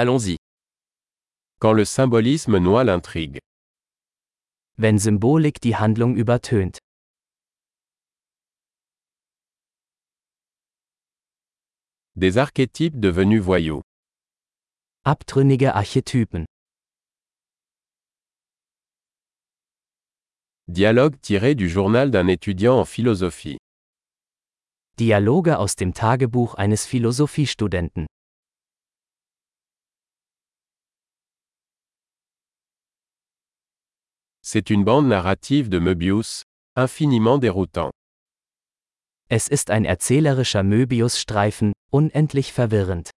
Allons-y. Quand le symbolisme noie l'intrigue. Wenn Symbolik die Handlung übertönt. Des archétypes devenus voyous. Abtrünnige Archetypen. Dialogue tiré du journal d'un étudiant en philosophie. Dialoge aus dem Tagebuch eines Philosophiestudenten. C'est une bande narrative de Möbius, infiniment déroutant. Es ist ein erzählerischer Möbius-Streifen, unendlich verwirrend.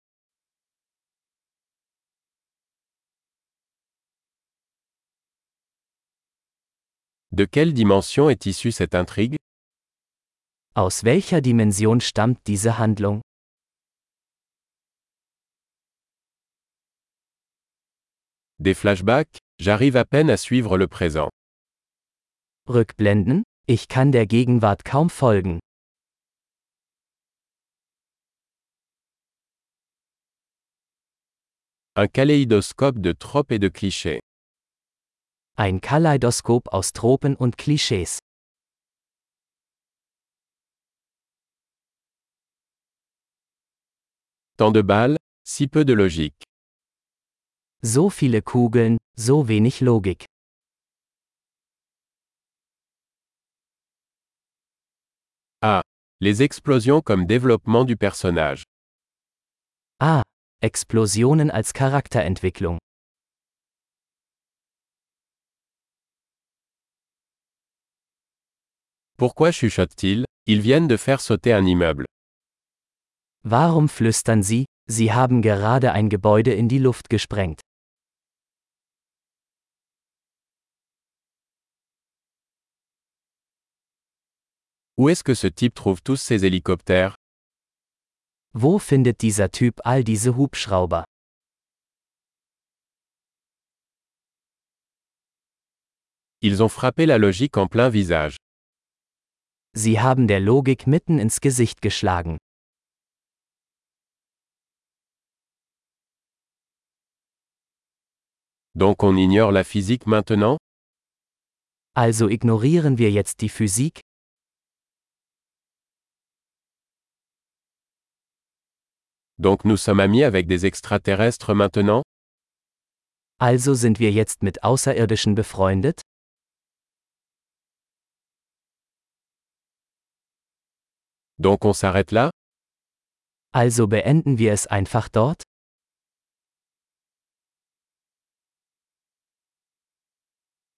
De quelle dimension est issue cette intrigue Aus welcher Dimension stammt diese Handlung? Des flashbacks J'arrive à peine à suivre le présent. Rückblenden? Ich kann der Gegenwart kaum folgen. Un kaléidoscope de tropes et de clichés. Ein Kaleidoskop aus Tropen und Klischees. Tant de balles, si peu de logique. So viele Kugeln, so wenig Logik. Les explosions comme développement du personnage. Ah, Explosionen als Charakterentwicklung. Pourquoi chuchote-t-il Ils viennent de faire sauter un immeuble. Warum flüstern Sie, Sie haben gerade ein Gebäude in die Luft gesprengt? Où est-ce que ce type trouve tous ses hélicoptères Wo findet dieser Typ all diese Hubschrauber? Ils ont frappé la logique en plein visage. Sie haben der Logik mitten ins Gesicht geschlagen. Donc on ignore la physique maintenant Also ignorieren wir jetzt die Physik? Donc nous sommes amis avec des extraterrestres maintenant Also sind wir jetzt mit Außerirdischen befreundet? Donc on s'arrête là Also beenden wir es einfach dort?